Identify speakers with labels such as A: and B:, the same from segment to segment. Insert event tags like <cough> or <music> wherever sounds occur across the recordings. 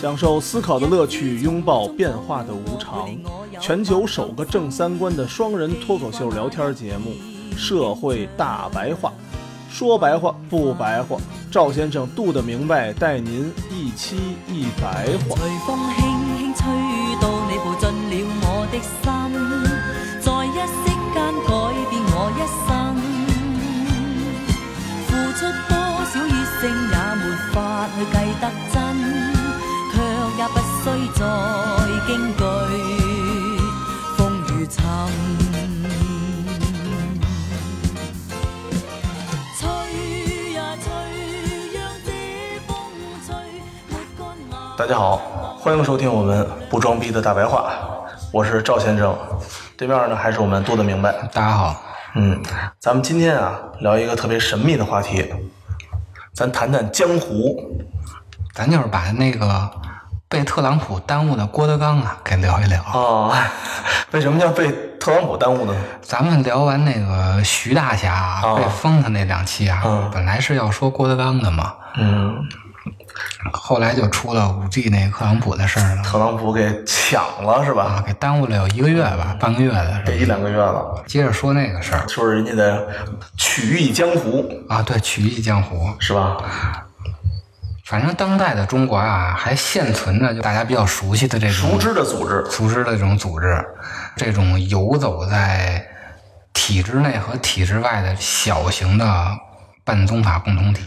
A: 享受思考的乐趣，拥抱变化的无常。全球首个正三观的双人脱口秀聊天节目《社会大白话》，说白话不白话，赵先生度的明白，带您一期一白话。
B: 随风轻轻吹到你步进了我的心，在一息间改变我一生。付出多少血性也没法去计得真，却也不需再惊惧风雨沉。吹呀吹，让这风吹，抹干我。
A: 大家好，欢迎收听我们不装逼的大白话，我是赵先生，对面呢还是我们度的明白。
C: 大家好，
A: 嗯，咱们今天啊聊一个特别神秘的话题，咱谈谈江湖。
C: 咱就是把那个被特朗普耽误的郭德纲啊给聊一聊。
A: 哦， <laughs> 为什么叫被特朗普耽误呢？
C: 咱们聊完那个徐大侠啊
A: 哦
C: 被封的那两期啊，
A: 嗯
C: 本来是要说郭德纲的嘛，
A: 嗯，
C: 后来就出了五 G 那个特朗普的事儿了
A: 特朗普给抢了是吧？
C: 啊，给耽误了有一个月吧，半个月的
A: 这
C: 是
A: 一两个月了，
C: 接着说那个事儿
A: 说是人家的曲艺江湖
C: 啊，对，曲艺江湖，
A: 是吧？
C: 反正当代的中国啊，还现存着就大家比较熟悉的这种
A: 熟知的组织，
C: 组织的这种组织，这种游走在体制内和体制外的小型的半宗法共同体，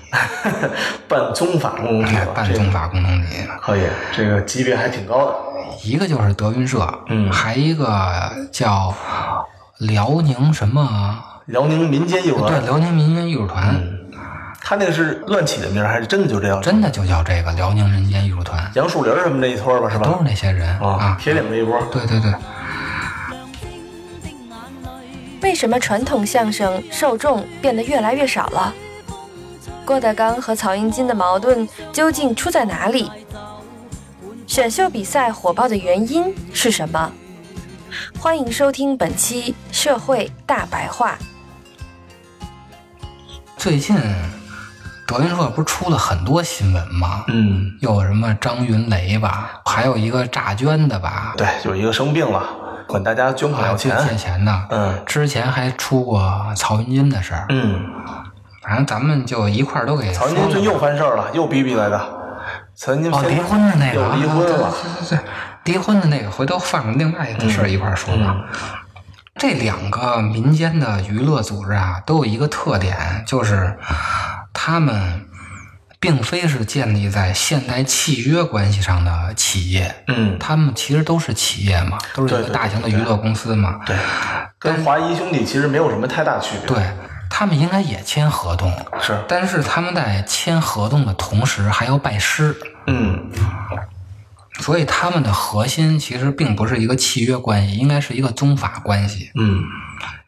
A: 办宗法共同体
C: 哎，
A: 吧，
C: 半
A: 这
C: 宗法共同体，
A: 嗯可以，这个级别还挺高的。
C: 一个就是德云社，
A: 嗯
C: 还一个叫辽宁什么？
A: 辽宁民间艺术
C: 对，
A: 团，
C: 辽宁民间艺术团，
A: 嗯他那个是乱起的名儿，还是真的就这样？
C: 真的就叫这个辽宁民间艺术团，
A: 杨树林什么那一托儿吧，是吧？
C: 都是那些人
A: 啊
C: 啊，，
A: 铁岭那一波。
C: 对对对，
D: 为什么传统相声受众变得越来越少了？郭德纲和曹云金的矛盾究竟出在哪里？选秀比赛火爆的原因是什么？欢迎收听本期《社会大白话
C: 最近德云社不是出了很多新闻吗？
A: 嗯，
C: 有什么张云雷吧，还有一个诈捐的吧，
A: 对，有一个生病了，管大家捐款
C: 啊，
A: 要
C: 借
A: 钱。
C: 借钱的。
A: 嗯
C: 之前还出过曹云金的事儿，
A: 嗯，
C: 反正咱们就一块儿都给
A: 曹云
C: 说了
A: 金最又犯事儿了，又逼逼来的。曹云金
C: 哦，
A: 先
C: 离婚的那个
A: 又
C: 啊，
A: 离婚了。
C: 对对对对，离婚的那个，回头放另外的事儿一块儿说
A: 嗯
C: 吧。这两个民间的娱乐组织啊，都有一个特点，就是他们并非是建立在现代契约关系上的企业，
A: 嗯，
C: 他们其实都是企业嘛，都是一
A: 对
C: 个
A: 对
C: 大型的娱乐公司嘛。
A: 对，跟华谊兄弟其实没有什么太大区别。
C: 对，他们应该也签合同，
A: 是，
C: 但是他们在签合同的同时还要拜师，
A: 嗯，
C: 所以他们的核心其实并不是一个契约关系，应该是一个宗法关系。
A: 嗯，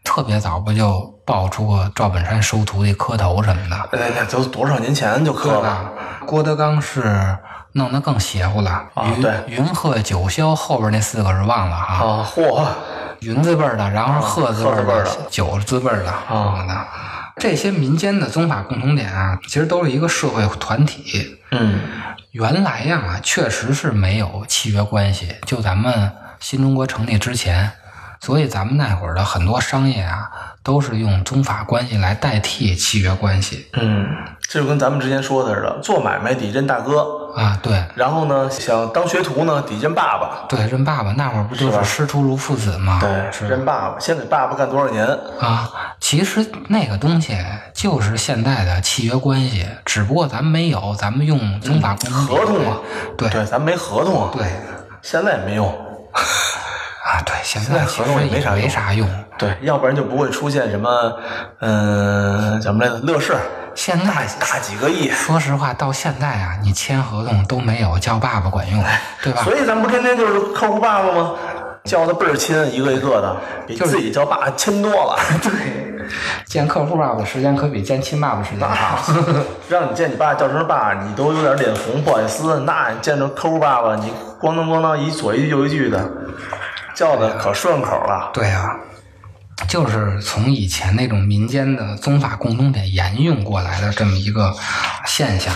C: 特别早不就爆出过赵本山收徒弟磕头什么的，
A: 哎，那都多少年前就磕
C: 对
A: 了。
C: 吧？郭德纲是弄得更邪乎了，
A: 啊
C: 云
A: 对
C: 云鹤九霄后边那四个是忘了哈，
A: 啊，嚯，
C: 云字辈儿的，然后鹤字辈儿
A: 啊鹤字辈
C: 的
A: 儿的，
C: 九字辈儿的
A: 啊
C: 的，这些民间的宗法共同点啊，其实都是一个社会团体。
A: 嗯，
C: 原来呀、确实是没有契约关系，就咱们新中国成立之前，所以咱们那会儿的很多商业啊，都是用宗法关系来代替契约关系
A: 嗯，这就跟咱们之前说的似的，做买卖得认大哥，
C: 啊。对
A: 然后呢，想当学徒呢得认爸爸。
C: 对，认爸爸那会儿不就是
A: 吧
C: 是师出如父子吗？是
A: 对，认爸爸，先给爸爸干多少年？
C: 啊，其实那个东西就是现代的契约关系，只不过咱们没有，咱们用宗法公
A: 合同啊嘛。
C: 对
A: 对，咱没合同啊。
C: 对
A: 现在也没用，
C: 啊，对，现
A: 在
C: 在
A: 合
C: 其
A: 同
C: 实
A: 也没啥
C: 也没
A: 用
C: 啥用。
A: 对，要不然就不会出现什么，嗯、怎么来着？乐视
C: 现在
A: 大几个亿，
C: 说实话，到现在啊，你签合同都没有叫爸爸管用，对吧？
A: 所以咱不天天就是客户爸爸吗？叫的倍儿亲，一个一个的，比
C: 就是
A: 自己叫爸亲多了。
C: 见客户爸爸时间可比见亲爸爸时间长。
A: 让你见你爸叫声爸，你都有点脸红，不好意思。那你见着客户爸爸，你咣当咣当一左一句右一句的，叫的可顺口了。
C: <laughs> 对啊，就是从以前那种民间的宗法共同点沿用过来的这么一个现象。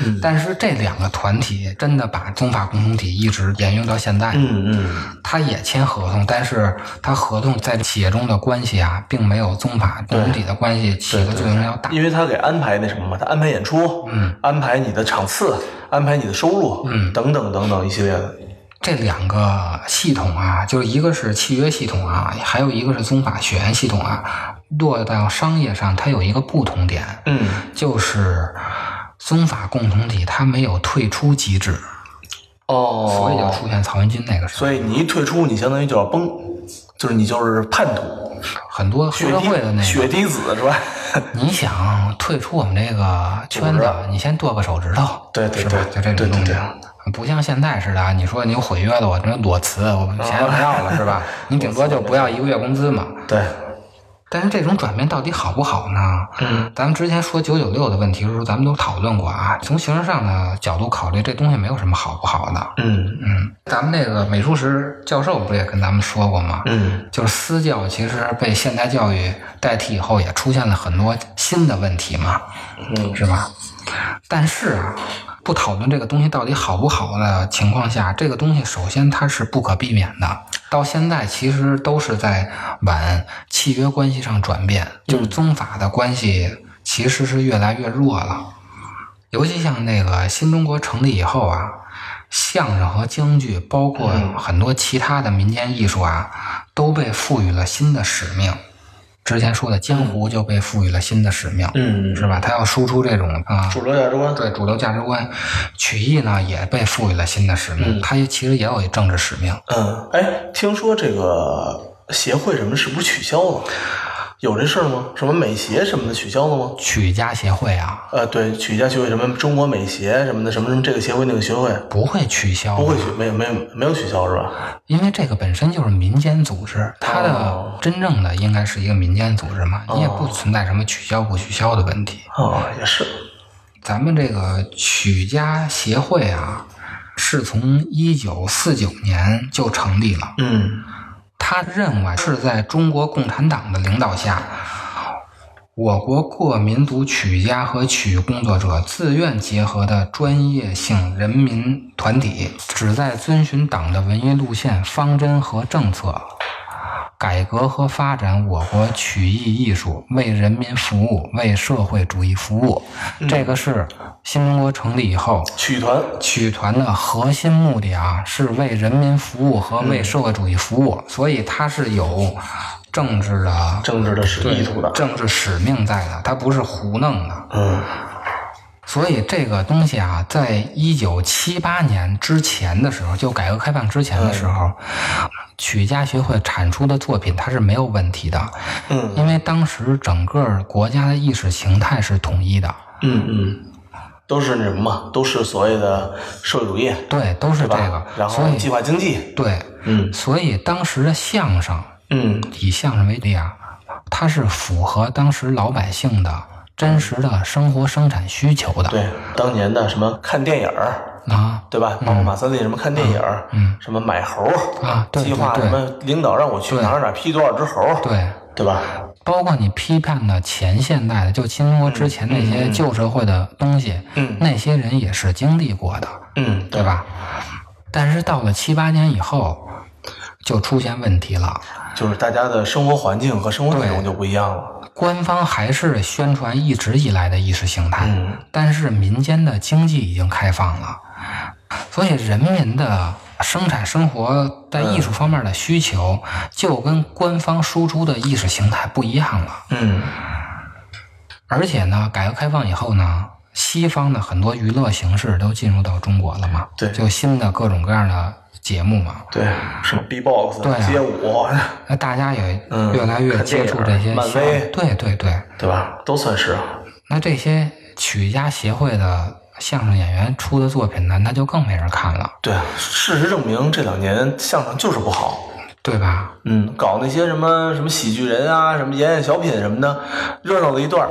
A: 嗯
C: 但是这两个团体真的把宗法共同体一直沿用到现在。
A: 嗯嗯
C: 他也签合同，但是他合同在企业中的关系啊，并没有宗法共同体的关系起的作用要大。
A: 因为他给安排那什么嘛，他安排演出，
C: 嗯，
A: 安排你的场次，安排你的收入，
C: 嗯
A: 等等等等一系列的，
C: 这两个系统啊，就是一个是契约系统啊，还有一个是宗法血缘系统啊，落到商业上，它有一个不同点，
A: 嗯
C: 就是宗法共同体它没有退出机制，
A: 哦，
C: 所以就啊出现曹云金那个事儿。
A: 所以你一退出，你相当于就要崩，就是你就是叛徒，
C: 很多黑
A: 血
C: 社
A: 滴
C: 会的那
A: 血
C: 个，
A: 滴子是吧？
C: 你想退出我们这个圈
A: 组
C: 子
A: 织，
C: 你先剁个手指头，
A: 对对
C: 是吧？
A: 对
C: 就这
A: 对
C: 种
A: 对
C: 东西
A: 对。
C: 不像现在似的，啊你说你毁约了，我这裸辞，我钱也不要了，
A: <laughs>
C: 是吧？你顶多就不要一个月工资嘛。
A: 对，
C: 但是这种转变到底好不好呢？
A: 嗯，
C: 咱们之前说九九六的问题的时候，咱们都讨论过啊。从形式上的角度考虑，这东西没有什么好不好的。
A: 嗯
C: 嗯，咱们那个美术史教授不是也跟咱们说过吗？
A: 嗯
C: 就是私教其实被现代教育代替以后，也出现了很多新的问题嘛，
A: 嗯
C: 是吧？但是啊，不讨论这个东西到底好不好的情况下，这个东西首先它是不可避免的。到现在其实都是在往契约关系上转变，就是宗法的关系其实是越来越弱了。尤其像那个新中国成立以后啊，相声和京剧，包括很多其他的民间艺术啊，都被赋予了新的使命。之前说的江湖就被赋予了新的使命，
A: 嗯
C: 是吧？他要输出这种啊，
A: 主流价值观，
C: 对主流价值观。曲艺呢也被赋予了新的使命，
A: 嗯
C: 它也其实也有一政治使命。
A: 嗯，哎，听说这个协会什么是不是取消了？有这事儿吗？什么美协什么的取消了吗？
C: 曲家协会啊，
A: 呃，对，曲家协会什么中国美协什么的，什么什么这个协会那个协会
C: 不会取消，
A: 不会取，没有没有没有取消是吧？
C: 因为这个本身就是民间组织，它
A: 哦
C: 的真正的应该是一个民间组织嘛，你也
A: 哦
C: 不存在什么取消不取消的问题。
A: 哦，也是，
C: 咱们这个曲家协会啊，是从一九四九年就成立了。
A: 嗯
C: 他任务啊是在中国共产党的领导下，我国各民族曲家和曲艺工作者自愿结合的专业性人民团体，旨在遵循党的文艺路线、方针和政策，改革和发展我国曲艺艺术，为人民服务，为社会主义服务。这个是新中国成立以后
A: 曲艺团，
C: 曲团的核心目的啊，是为人民服务和为社会主义服务，所以它是有政治的
A: 嗯政治的是
C: 对
A: 意图的，
C: 政治使命在的，它不是胡弄的。
A: 嗯
C: 所以这个东西啊，在一九七八年之前的时候，就改革开放之前的时候，曲家协会产出的作品它是没有问题的，
A: 嗯
C: 因为当时整个国家的意识形态是统一的。
A: 嗯嗯，都是那什么嘛，都是所谓的社会主义，
C: 对，都是
A: 对
C: 这
A: 吧？
C: 个，
A: 然
C: 所
A: 后计
C: 以
A: 划经济，
C: 对，
A: 嗯
C: 所以当时的相声
A: 嗯
C: 以相声为例啊，它是符合当时老百姓的真实的生活生产需求的。
A: 对，当年的什么看电影儿，
C: 啊，
A: 对吧？包括马三立什么看电影儿，
C: 嗯
A: 什么买猴儿
C: 啊对
A: 计划
C: 对
A: 什
C: 对
A: 么领导让我去哪儿哪儿批多少只猴儿，
C: 对，
A: 对吧？
C: 包括你批判的前现代的，就新中国之前那些旧社会的东西，
A: 嗯
C: 那些人也是经历过的，
A: 嗯，
C: 对吧？嗯但是到了七八年以后，就出现问题了。
A: 就是大家的生活环境和生活内容就不一样了。
C: 官方还是宣传一直以来的意识形态，
A: 嗯
C: 但是民间的经济已经开放了，所以人民的生产生活在艺术方面的需求就跟官方输出的意识形态不一样了。
A: 嗯
C: 而且呢，改革开放以后呢，西方的很多娱乐形式都进入到中国了嘛，
A: 对
C: 就新的各种各样的节目嘛，
A: 对，什么 B-box、
C: 对啊
A: 街舞，
C: 那大家也
A: 嗯
C: 越来越接触这些
A: 看电影漫
C: 小
A: 威
C: 对对对，
A: 对吧？都算是。啊
C: 那这些曲艺家协会的相声演员出的作品呢，那就更没人看了，
A: 对，事实证明这两年相声就是不好。
C: 对吧？
A: 嗯，搞那些什么什么喜剧人啊，什么演演小品什么的，热闹了一段儿，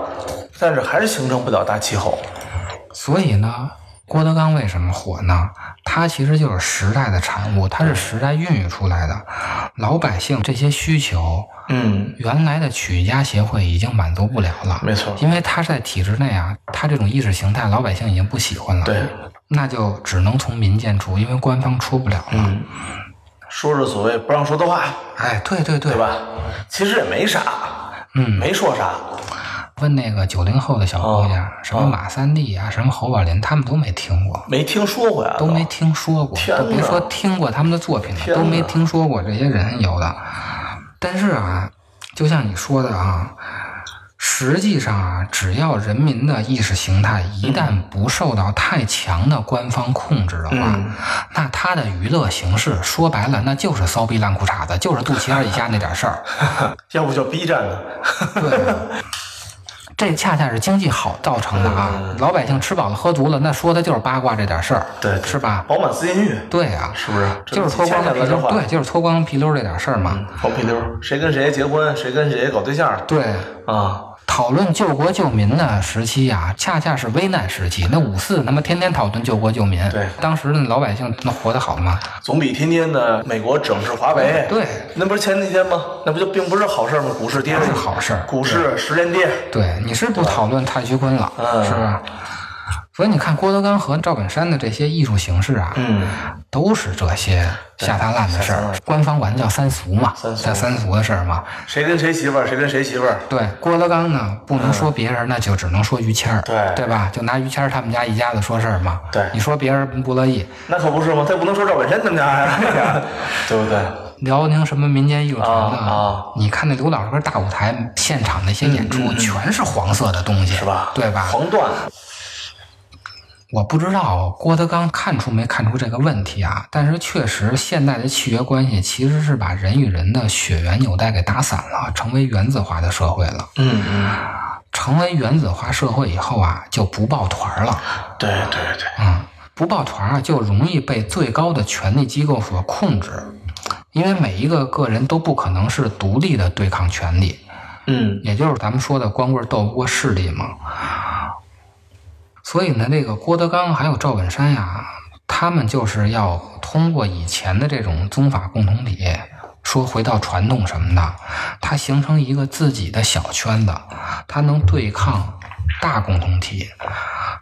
A: 但是还是形成不了大气候。
C: 所以呢，郭德纲为什么火呢？它其实就是时代的产物，它是时代孕育出来的。老百姓这些需求，
A: 嗯，
C: 原来的曲艺家协会已经满足不了了，
A: 没错，
C: 因为它在体制内啊，它这种意识形态老百姓已经不喜欢了，
A: 对，
C: 那就只能从民间出，因为官方出不了了。
A: 嗯，说是所谓不让说的话，
C: 哎，对对对
A: 对？吧？其实也没啥，
C: 嗯，
A: 没说啥，
C: 问那个九零后的小姑娘，
A: 哦
C: 什么马三立啊，什么侯宝林，他们都没听过，
A: 没听说过呀，
C: 都没听说过，
A: 天哪
C: 都别说听过他们的作品
A: 天
C: 了，
A: 哪
C: 都没听说过这些人有的。但是啊，就像你说的啊，实际上啊，只要人民的意识形态一
A: 嗯
C: 旦不受到太强的官方控制的话，
A: 嗯
C: 那他的娱乐形式说白了，那就是骚逼烂裤衩子，就是肚脐眼以下那点事
A: <laughs>
C: 儿。
A: 要不就 B 站的，
C: 对，这恰恰是经济好造成的啊！
A: 嗯
C: 老百姓吃饱了喝足了，那说的就是八卦这点事儿，
A: 对
C: 是吧？
A: 饱满私淫欲，
C: 对啊，
A: 是不是？
C: 就是脱光
A: 了嗯
C: 皮
A: 这
C: 溜，
A: 话，
C: 对，就是脱光皮溜这点事儿嘛。
A: 好屁溜儿，谁跟谁结婚，谁跟谁搞对象
C: 对，
A: 啊？
C: 讨论救国救民的时期啊，恰恰是危难时期。那五四他妈天天讨论救国救民，
A: 对
C: 当时那老百姓那活得好吗？
A: 总比天天的美国整治华为，
C: 对，
A: 那不是前几天吗？那不就并不是好事吗？股市跌
C: 不是好事儿
A: 股市十连跌，
C: 对，你是不讨论太虚坤了，
A: 嗯
C: 是不是？所以你看郭德纲和赵本山的这些艺术形式啊，
A: 嗯，
C: 都是这些下三滥的事
A: 下三
C: 儿
A: 滥，
C: 官方管它叫三俗嘛，
A: 三俗
C: 叫三俗的事儿嘛。
A: 谁跟谁媳妇儿，谁跟谁媳妇儿，
C: 对，郭德纲呢不能说别人，那就只能说于谦儿，
A: 嗯
C: 对
A: 对
C: 吧？就拿于谦儿他们家一家子说事儿嘛。
A: 对
C: 你说别人不乐意，
A: 那可不是吗？他不能说赵本山他们家呀， <laughs> 对不对？
C: 辽宁什么民间艺术团的，
A: 啊啊嗯
C: 你看那刘老师跟大舞台现场那些演出，全是黄色的东西，
A: 是吧？
C: 对吧？
A: 黄段，
C: 我不知道郭德纲看出没看出这个问题啊，但是确实现代的契约关系其实是把人与人的血缘纽带给打散了，成为原子化的社会了。
A: 嗯嗯，
C: 成为原子化社会以后啊，就不抱团了，
A: 对对对，
C: 嗯，不抱团啊，就容易被最高的权力机构所控制，因为每一个个人都不可能是独立的对抗权力，
A: 嗯
C: 也就是咱们说的光棍斗不过势力嘛。所以呢，这个郭德纲还有赵本山呀，他们就是要通过以前的这种宗法共同体，说回到传统什么的，它形成一个自己的小圈子，它能对抗大共同体，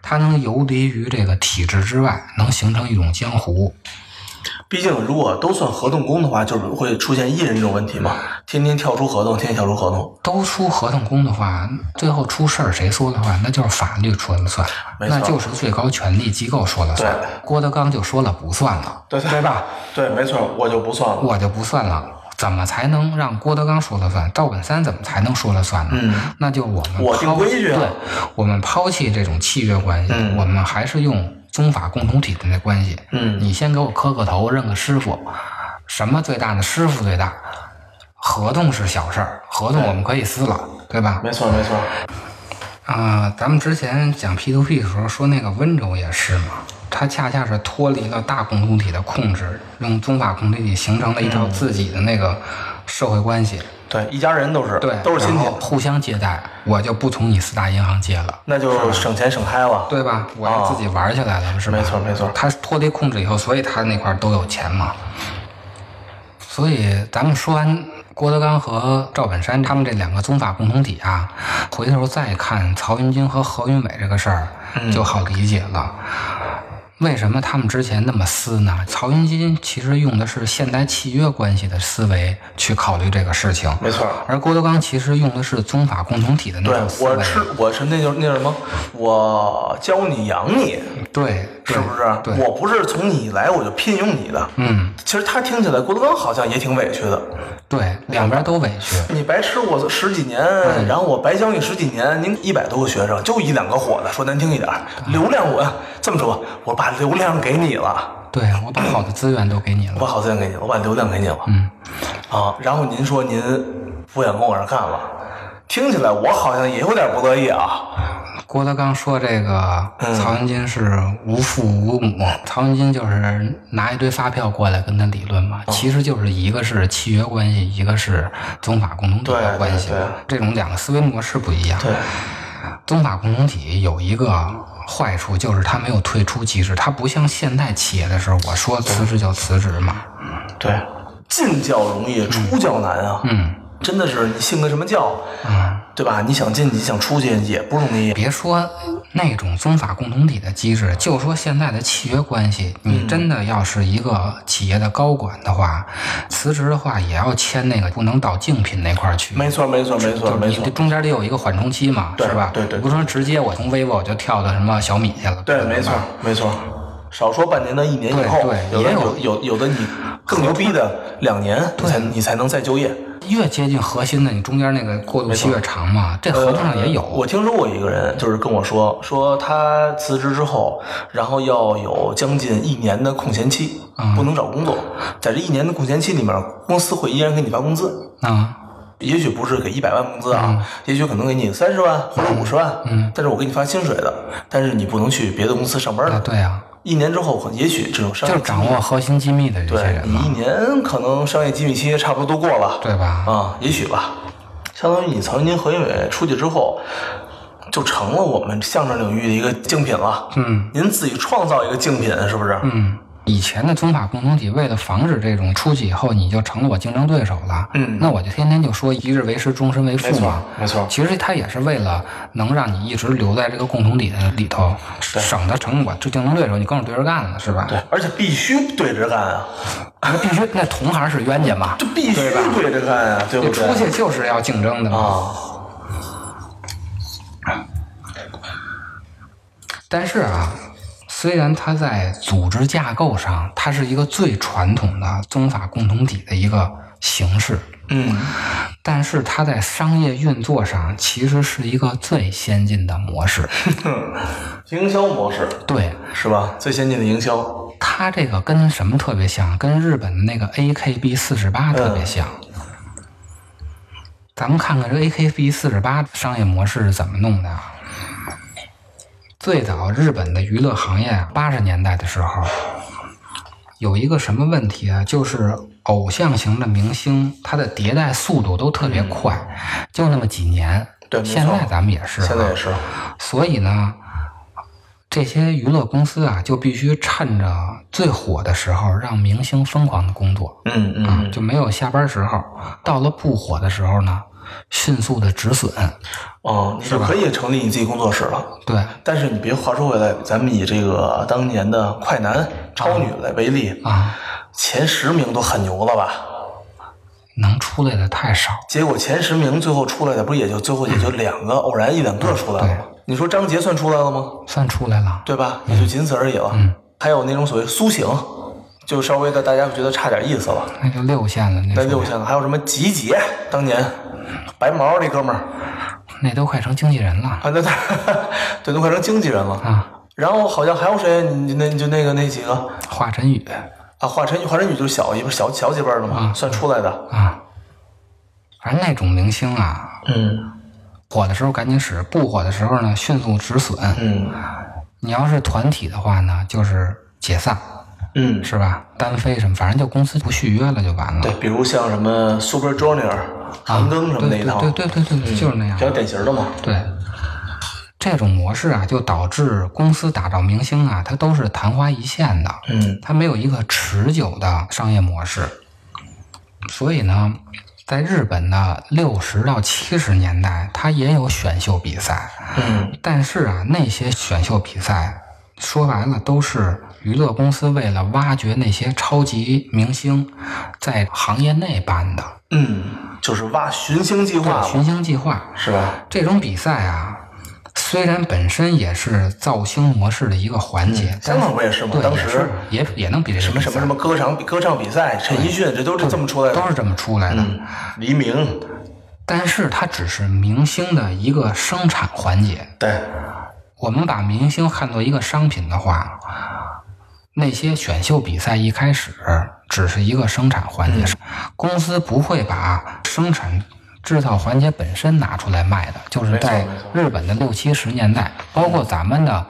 C: 它能游离于这个体制之外，能形成一种江湖。
A: 毕竟如果都算合同工的话，就是会出现艺人这种问题嘛，天天跳出合同，天天跳出合同，
C: 都出合同工的话，最后出事儿谁说了算？那就是法律说了算，
A: 没错
C: 那就是最高权力机构说了算
A: 对。
C: 郭德纲就说了不算了，
A: 对对
C: 吧？
A: 对，没错，我就不算了，
C: 我就不算了。怎么才能让郭德纲说了算？赵本山怎么才能说了算呢？
A: 嗯
C: 那就我们
A: 我定
C: 抛
A: 规矩啊
C: 对，我们抛弃这种契约关系，
A: 嗯
C: 我们还是用宗法共同体的那关系。
A: 嗯
C: 你先给我磕个头，认个师傅，什么最大呢？师傅最大，合同是小事儿，合同我们可以撕了，对吧？
A: 没错没错，
C: 啊、咱们之前讲 P to P 的时候说那个温州也是嘛，它恰恰是脱离了大共同体的控制，用宗法共同体形成了一
A: 嗯
C: 条自己的那个社会关系，
A: 对，一家人都是，
C: 对，
A: 都是亲戚
C: 然后，互相借贷，我就不从你四大银行借了。
A: 那就省钱省嗨了，
C: 对吧？我就自己玩起来了，是吧？
A: 啊没错没错
C: 他脱离控制以后，所以他那块儿都有钱嘛。所以咱们说完郭德纲和赵本山他们这两个宗法共同体啊，回头再看曹云金和何云伟这个事儿，
A: 嗯
C: 就好理解了。为什么他们之前那么撕呢？曹云金其实用的是现代契约关系的思维去考虑这个事情，
A: 没错。
C: 而郭德纲其实用的是宗法共同体的那
A: 对
C: 种思维。
A: 我吃，我是那就是那叫什么，我教你养你，
C: 对，对
A: 是不是？
C: 对，
A: 我不是从你来我就聘用你的。
C: 嗯，
A: 其实他听起来郭德纲好像也挺委屈的，
C: 对，两边都委屈。
A: 你白吃我十几年，
C: 嗯
A: 然后我白教你十几年，您一百多个学生就一两个火的，说难听一点儿，流量我这么说，我把流量给你了，
C: 对我把好的资源都给你
A: 我把
C: 了，
A: 好资源给你，我把流量给你了，
C: 嗯，
A: 啊，然后您说您不想跟我这儿干了，听起来我好像也有点不乐意啊，
C: 郭德纲说这个
A: 嗯
C: 曹云金是无父无母，曹云金就是拿一堆发票过来跟他理论
A: 嗯
C: 嘛，其实就是一个是契约关系，一个是宗法共同体
A: 对
C: 的
A: 对
C: 关系
A: 对，
C: 这种两个思维模式不一样。
A: 对，
C: 宗法共同体有一个坏处，就是它没有退出机制，它不像现代企业的时候，我说辞职就辞职嘛。
A: 对，进教容易，出教难啊。
C: 啊嗯，
A: 真的是你信个什么教，
C: 嗯，
A: 对吧？你想进，你想出去也不容易。
C: 别说那种宗法共同体的机制，就说现在的契约关系，你
A: 嗯
C: 真的要是一个企业的高管的话，辞职的话也要签那个不能到竞品那块儿去。
A: 没错，没错，没错，
C: 就是
A: 没
C: 你
A: 错
C: 这。中间得有一个缓冲期嘛，
A: 对
C: 是吧？
A: 对对对
C: 不能直接我从 vivo 我就跳到什么小米去了。
A: 对，
C: 可能
A: 没错
C: 吧，
A: 没错。少说半年到一年以后，
C: 对对
A: 有的
C: 也有
A: 有有有的你更牛逼的两年，你才你才能再就业。
C: 越接近核心的，你中间那个过渡期越长嘛。这合同上也有。
A: 呃我听说过一个人，就是跟我说，说他辞职之后，然后要有将近一年的空闲期，
C: 嗯
A: 不能找工作。在这一年的空闲期里面，公司会依然给你发工资，
C: 啊，
A: 也许不是给一百万工资啊，
C: 嗯
A: 也许可能给你三十万或者五十万，但是我给你发薪水的，但是你不能去别的公司上班
C: 啊
A: 了。
C: 对啊，
A: 一年之后，可能也许这种商
C: 就是
A: 业机
C: 掌
A: 密，
C: 握核心机密的这些
A: 对
C: 人
A: 你一
C: 嘛，
A: 年可能商业机密期差不多都过了，
C: 对吧？
A: 啊，也许吧，相当于你曹云金、何云伟出去之后，就成了我们相声领域的一个竞品了。
C: 嗯，
A: 您自己创造一个竞品，是不是？
C: 嗯，以前的宗法共同体为了防止这种出去以后你就成了我竞争对手了，
A: 嗯
C: 那我就天天就说一日为师，终身为父嘛。
A: 没错
C: 其实他也是为了能让你一直留在这个共同体的里头，省得成我这竞争对手，你跟我对着干了，是吧？
A: 对，，而且必须对着干啊，
C: 那必须，那同行是冤家嘛，
A: 这必须对着干啊，对
C: 你
A: 不对？
C: 出去就是要竞争的嘛。
A: 啊，
C: 但是啊，虽然它在组织架构上，它是一个最传统的宗法共同体的一个形式，
A: 嗯，
C: 但是它在商业运作上其实是一个最先进的模式。
A: 营销模式
C: 对，
A: 是吧？最先进的营销，
C: 它这个跟什么特别像？跟日本的那个 AKB 四十
A: 嗯
C: 八特别像。咱们看看这 AKB 四十八商业模式是怎么弄的啊？最早日本的娱乐行业啊，八十年代的时候，有一个什么问题啊？就是偶像型的明星，他的迭代速度都特别快，就那么几年。
A: 嗯对没错
C: 现在咱们也是啊，
A: 现在也是，
C: 所以呢，这些娱乐公司啊，就必须趁着最火的时候，让明星疯狂的工作
A: 嗯嗯
C: 啊，
A: 嗯，
C: 就没有下班时候。到了不火的时候呢，迅速的止损。
A: 哦，你就可以成立你自己工作室了。
C: 对，
A: 但是你别话说回来，咱们以这个当年的快男、超女来为例
C: 啊，
A: 前十名都很牛了吧？
C: 能出来的太少。
A: 结果前十名最后出来的不是也就最后也就
C: 嗯
A: 两个，偶然一两个出来了吗？你说张杰算出来了吗？
C: 算出来了，
A: 对吧？
C: 嗯
A: 也就仅此而已了。还有那种所谓苏醒，就稍微的大家觉得差点意思了。
C: 那就六线了，那
A: 但
C: 就
A: 六线了，还有什么集结，当年白毛那哥们儿，
C: 那都快成经纪人了
A: 啊，那他 <laughs> 对，都快成经纪人了。
C: 啊！
A: 然后好像还有谁？你那你就那个那几个。
C: 华晨宇
A: 啊，华晨宇，华晨宇就是小一辈儿小小几辈儿的嘛，
C: 啊
A: 算出来的。
C: 啊，反正那种明星啊，
A: 嗯
C: 火的时候赶紧使，不火的时候呢，迅速止损。
A: 嗯
C: 你要是团体的话呢，就是解散，
A: 嗯，
C: 是吧？单飞什么，反正就公司不续约了就完了。
A: 对，比如像什么 Super Junior、韩庚什么那一套，
C: 啊
A: 嗯
C: 对对对对对，对就是那样
A: 比。较典型的嘛。
C: 对，这种模式啊，就导致公司打造明星啊，它都是昙花一现的，
A: 嗯
C: 它没有一个持久的商业模式。所以呢，在日本的六十到七十年代，它也有选秀比赛，
A: 嗯，
C: 但是啊，那些选秀比赛说白了都是娱乐公司为了挖掘那些超级明星，在行业内办的
A: 嗯，就是挖寻星计划
C: 寻
A: 嘛，
C: 星计划。
A: 是吧？
C: 这种比赛啊，虽然本身也是造星模式的一个环节，但
A: 香港嗯不也是吗？
C: 对，
A: 当
C: 也是
A: 时
C: 也也能比这
A: 什么什么什么歌唱比歌唱比赛，陈奕迅这都是这么出来
C: 都
A: 的。
C: 是这么出来的。
A: 嗯，黎明，
C: 但是它只是明星的一个生产环节，
A: 对，
C: 我们把明星看作一个商品的话，那些选秀比赛一开始只是一个生产环节，公司不会把生产制造环节本身拿出来卖的。就是在日本的六七十年代，包括咱们的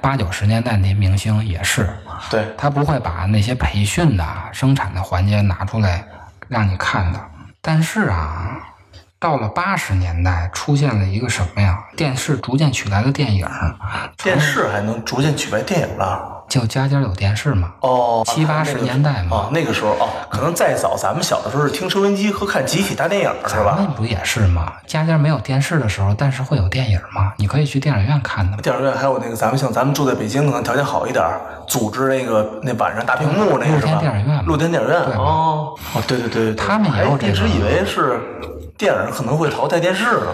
C: 八九十年代那些明星也是，
A: 对，
C: 他不会把那些培训的、生产的环节拿出来让你看的。但是啊，到了八十年代，出现了一个什么呀？电视逐渐取代了电影，
A: 电视还能逐渐取代电影了。
C: 就家家有电视嘛。
A: 哦，
C: 七八十年代嘛
A: 啊，那个时候哦，可能再早，咱们小的时候是听收音机和看集体大电影是
C: 咱
A: 吧？
C: 们不也是吗？家家没有电视的时候，但是会有电影嘛？你可以去电影院看的嘛。
A: 电影院还有那个，咱们像咱们住在北京，可能条件好一点儿，组织那个那晚上大屏幕那个是吧？
C: 露天电影院嘛
A: 露天电影院
C: 对
A: 哦哦，对对对对，对
C: 他们也有
A: 我还一
C: 这
A: 直
C: 个
A: 以为是电影可能会淘汰电视呢，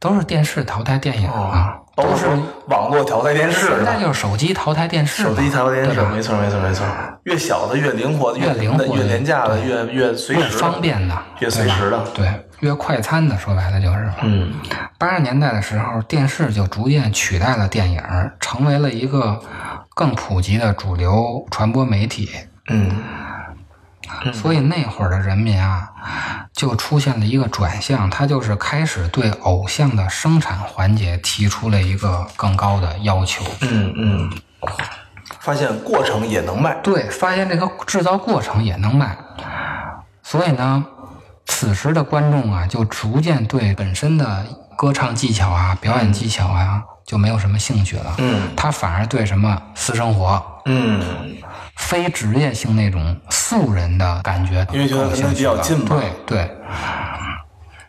C: 都是电视淘汰电影啊，
A: 包括
C: 都是
A: 网络淘汰电视
C: 现
A: 哦是吧啊
C: 在就是手机淘汰电视嘛，
A: 手机淘汰电视
C: 对，吧
A: 没错没错没错，越小的越灵活的，
C: 越
A: 灵的
C: 灵活
A: 越
C: 的
A: 廉价的，越越随时
C: 越
A: 的
C: 方，便的，
A: 越随时的。
C: 对，越快餐的，说白了就是。
A: 嗯，
C: 八十年代的时候，电视就逐渐取代了电影，成为了一个更普及的主流传播媒体。
A: 嗯
C: 所以那会儿的人民啊，就出现了一个转向，他就是开始对偶像的生产环节提出了一个更高的要求。
A: 嗯嗯，发现过程也能卖。
C: 对，发现这个制造过程也能卖，所以呢，此时的观众啊，就逐渐对本身的歌唱技巧啊、表演技巧啊，就没有什么兴趣了。
A: 嗯
C: 他反而对什么私生活、
A: 嗯，
C: 非职业性那种素人的感觉更
A: 因为
C: 有
A: 觉
C: 兴趣
A: 得
C: 了，
A: 跟他比较近嘛
C: 对对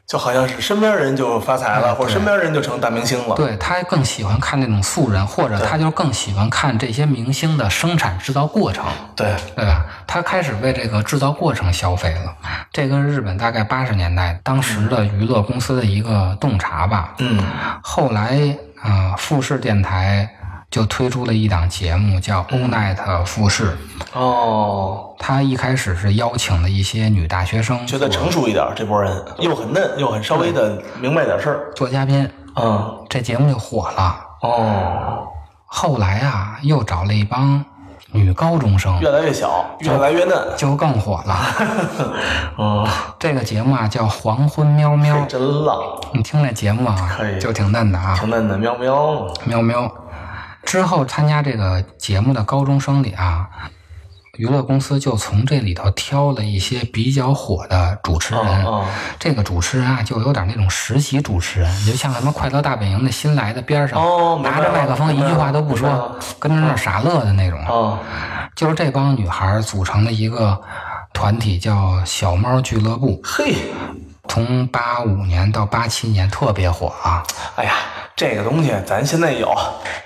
A: 就好像是身边人就发财了，
C: 哎
A: 或者
C: 对
A: 身边人就成大明星了。
C: 对，他更喜欢看那种素人，或者他就更喜欢看这些明星的生产制造过程。
A: 对，
C: 对吧？他开始为这个制造过程消费了，这跟日本大概八十年代当时的娱乐公司的一个洞察吧。
A: 嗯
C: 后来啊、呃富士电台就推出了一档节目叫《All
A: 嗯
C: Night 富士》，
A: 哦，
C: 他一开始是邀请了一些女大学生
A: 觉得成熟一点，这波人又很嫩，又很稍微的明白点事儿。
C: 做嘉宾，
A: 嗯
C: 这节目就火了。
A: 哦，
C: 后来啊，又找了一帮女高中生，
A: 越来越小，越来越嫩。
C: 就更火
A: <laughs>
C: 了。
A: 哦，
C: 这个节目啊叫《黄昏喵喵》。
A: 真浪，
C: 你听这节目啊
A: 可以，
C: 就挺嫩的啊，
A: 挺嫩的喵喵。
C: 喵喵。之后参加这个节目的高中生里啊，娱乐公司就从这里头挑了一些比较火的主持人。
A: 嗯嗯
C: 这个主持人啊，就有点那种实习主持人，就像什么《快乐大本营》的新来的边上，
A: 哦明白
C: 拿着麦克风一
A: 了
C: 句话都不
A: 明白了
C: 说，跟着那儿傻乐的那种。
A: 哦，
C: 就是这帮女孩组成的一个团体，叫小猫俱乐部。
A: 嘿，
C: 从八五年到八七年特别火啊，
A: 哎呀，这个东西咱现在有，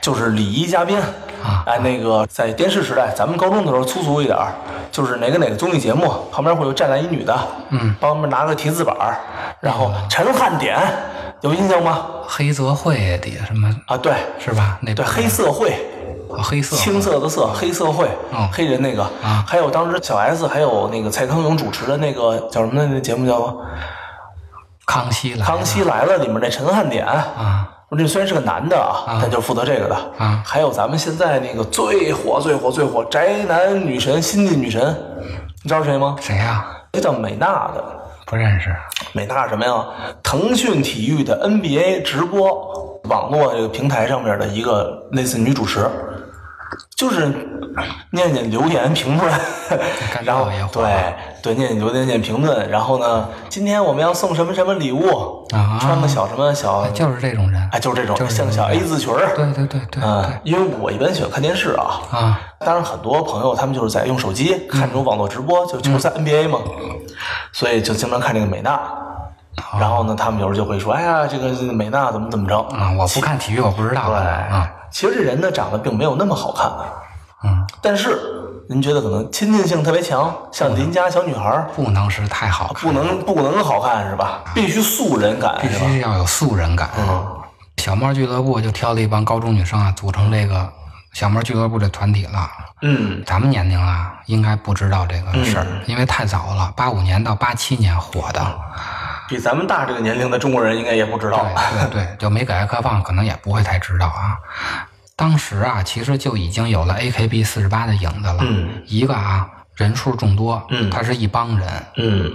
A: 就是礼仪嘉宾
C: 啊
A: 哎，那个在电视时代，咱们高中的时候粗俗一点儿，就是哪个哪个综艺节目旁边会有站来一女的，嗯，帮他们拿个提字板儿，然后
C: 嗯
A: 陈汉典有印象吗？
C: 黑泽会底下什么
A: 啊，对
C: 是吧？那
A: 对，
C: 部
A: 黑社会，
C: 哦黑色
A: 青色的色，黑社会，
C: 嗯
A: 黑人那个，
C: 啊
A: 还有当时小 S 还有那个蔡康永主持的那个叫什么那节目叫《
C: 康熙来了
A: 康熙来了》里面那陈汉典
C: 啊，
A: 我这虽然是个男的啊，但就负责这个的
C: 啊
A: 还有咱们现在那个最火、最火、最火宅男女神、新晋女神，你知道谁吗？
C: 谁呀、
A: 这叫美娜的。
C: 不认识
A: 美娜是什么呀？腾讯体育的 NBA 直播网络这个平台上面的一个类似女主持，就是念念留言评论，
C: 干
A: <laughs> 然后
C: 这个也火
A: 对对念念留言念评论，然后呢，今天我们要送什么什么礼物，
C: 啊
A: 穿个小什么小，
C: 就是这种人，
A: 哎，就是这种
C: 就是
A: 像小 A 字裙儿，
C: 对对对对对、
A: 嗯，因为我一般喜欢看电视啊。
C: 啊，
A: 当然，很多朋友他们就是在用手机看
C: 嗯
A: 这种网络直播，就球赛 NBA 嘛，所以就经常看这个美娜。
C: 哦
A: 然后呢，他们有时候就会说：“哎呀，这个美娜怎么怎么着
C: 啊、我不看体育，我不知道
A: 对，
C: 啊，
A: 其实这人呢长得并没有那么好看，
C: 嗯，
A: 但是您觉得可能亲近性特别强，像邻家小女孩儿
C: 不能嗯是太好看，
A: 不能不能好看是吧？必须素人感
C: 必
A: 是吧？
C: 须要有素人感。
A: 嗯
C: 小猫俱乐部就挑了一帮高中女生啊，组成这个小猫俱乐部这团体了。
A: 嗯
C: 咱们年龄啊，应该不知道这个事儿，
A: 嗯哦
C: 因为太早了，八五年到八七年火的。
A: 比咱们大这个年龄的中国人应该也不知道。
C: 对对对，就没改革开放，可能也不会太知道啊。当时啊，其实就已经有了 AKB 四十八的影子了。
A: 嗯，
C: 一个啊，人数众多，
A: 嗯
C: 它是一帮人。
A: 嗯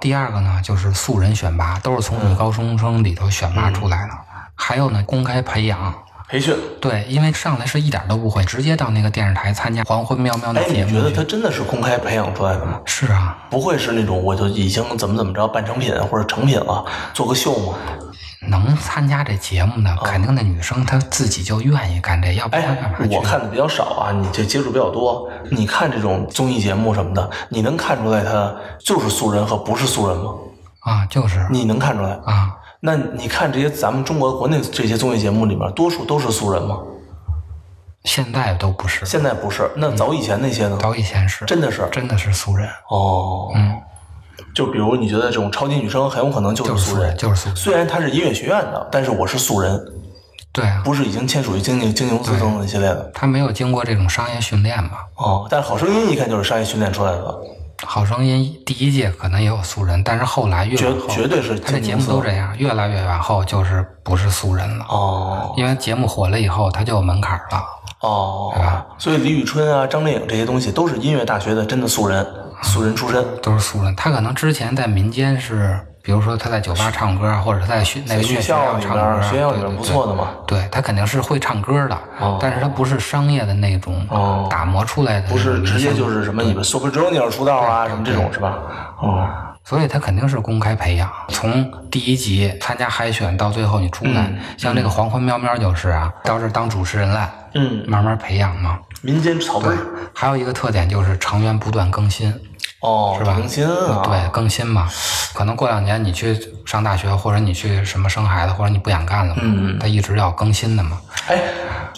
C: 第二个呢，就是
A: 嗯
C: 素人选拔，都是从女高中生里头选拔出来的。还有呢，公开培养，
E: 培训。
C: 对，因为上来是一点都不会，直接到那个电视台参加《黄昏喵喵》
A: 哎
C: 那，
A: 你
C: 节
A: 觉
C: 目
A: 得
C: 去。
A: 他真的是公开培养出来的吗？
C: 是啊，
A: 不会是那种我就已经怎么怎么着半成品或者成品了，做个秀吗？
C: 能参加这节目的，肯定那女生她自己就愿意干这，要不然她干
A: 哦哎
C: 嘛，去？
A: 我看的比较少啊，你这接触比较多。你看这种综艺节目什么的，你能看出来他就是素人和不是素人吗？
C: 啊，就是
A: 你能看出来？
C: 啊，
A: 那你看这些咱们中国国内这些综艺节目里面，多数都是素人吗？
C: 现在都不是，
A: 现在嗯不是，那早以前那些呢？
C: 嗯早以前是，
A: 真的是
C: 真的是素人，
A: 哦，
C: 嗯，
A: 就比如你觉得这种超级女声很有可能就
C: 就是是
A: 素
C: 素
A: 人
C: 人，，就是素人，
A: 虽然她是音乐学院的，但是我是素人，
C: 对啊，
A: 不是已经签属于经纪经纪公司等等一系列的
C: 他没有经过这种商业训练嘛。
A: 哦。但是好声音一看就是商业训练出来的，
C: 好声音第一届可能也有素人，但是后来越
A: 绝
C: 往后，
A: 绝对是
C: 他的
A: 经纪
C: 节
A: 公
C: 目
A: 司
C: 都这样，越来越往后就是不是素人了，
A: 哦
C: 因为节目火了以后，他就有门槛了。
A: 哦。所以李宇春啊、张靓颖这些东西都是音乐大学的真的素人，素人出身。
C: 都是素人。他可能之前在民间是，比如说他在酒吧唱歌，啊或者他在学那个
A: 学
C: 学
A: 校
C: 校
A: 里
C: 唱歌，啊
A: 边，学校里
C: 对
A: 边
C: 对
A: 不
C: 对
A: 错的嘛，
C: 对他肯定是会唱歌的，
A: 哦
C: 但是他不是商业的那种
A: 哦
C: 打磨出来的，
A: 不是直接就是什么你们 Super Junior 出道啊，什么这种是吧？哦，
C: 所以他肯定是公开培养，从第一集参加海选到最后你出来，像这个黄昏喵喵就是啊，到这儿当主持人了，
A: 嗯，
C: 慢慢培养嘛。
A: 民间草
C: 对
A: 根儿，
C: 还有一个特点就是成员不断更新，
A: 哦，
C: 是吧？
A: 明星啊，
C: 对，更新嘛。可能过两年你去上大学，或者你去什么生孩子，或者你不想干了嘛，
A: 嗯
C: 他一直要更新的嘛。
A: 哎，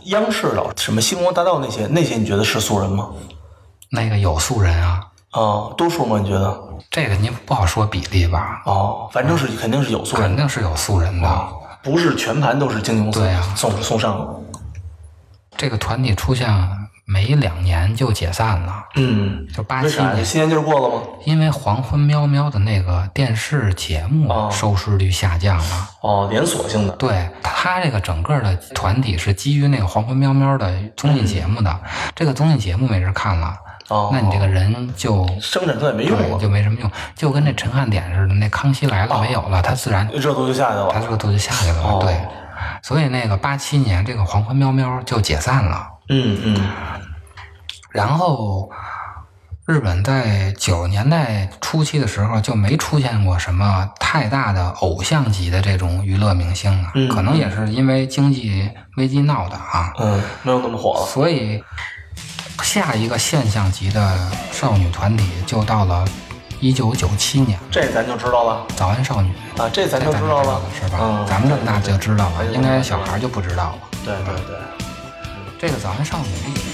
A: 央视老什么星光大道那些那些，你觉得是素人吗？
C: 那个有素人啊，
A: 啊，多数吗？你觉得？
C: 这个您不好说比例吧，
A: 哦，反正是肯定是有素
C: 肯
A: 人的，
C: 定是有素人的。
A: 不是全盘都是经纪公司
C: 对啊
A: 送送上的。
C: 这个团体出现没两年就解散了，
A: 嗯，
C: 就八
A: 为
C: 七
A: 啥？
C: 年
A: 这，新鲜劲儿过了吗？
C: 因为《黄昏喵喵》的那个电视节
A: 哦
C: 目收视率下降了。
A: 哦，连锁性的。
C: 对他这个整个的团体是基于那个《黄昏喵喵》的综艺节目的，这个综艺节目没人看了，
A: 嗯哦，
C: 那你这个人就
A: 生产出来没用啊
C: 对
A: 了
C: 就，没什么用，就跟那陈汉典似的，那《康熙来了》
A: 哦
C: 没有了，他自然
A: 热度就下去
C: 他
A: 了。
C: 热度就下去了。
A: 哦
C: 对，所以那个八七年这个《黄昏喵喵》就解散了。
A: 嗯嗯，
C: 然后日本在九十年代初期的时候就没出现过什么太大的偶像级的这种娱乐明星了，
A: 嗯
C: 可能也是因为经济危机闹的啊，
A: 嗯，没有那么火了。
C: 所以下一个现象级的少女团体就到了一九九七年。
A: 这咱就知道了
C: 早安少女，
A: 啊，这咱就
C: 这
A: 知道了
C: 了，，是吧？
A: 嗯，
C: 咱
A: 哎
C: 们那就知道了，
A: 对对对
C: 应该小孩就不知道了。
A: 对对对。
C: 这个早安少女里。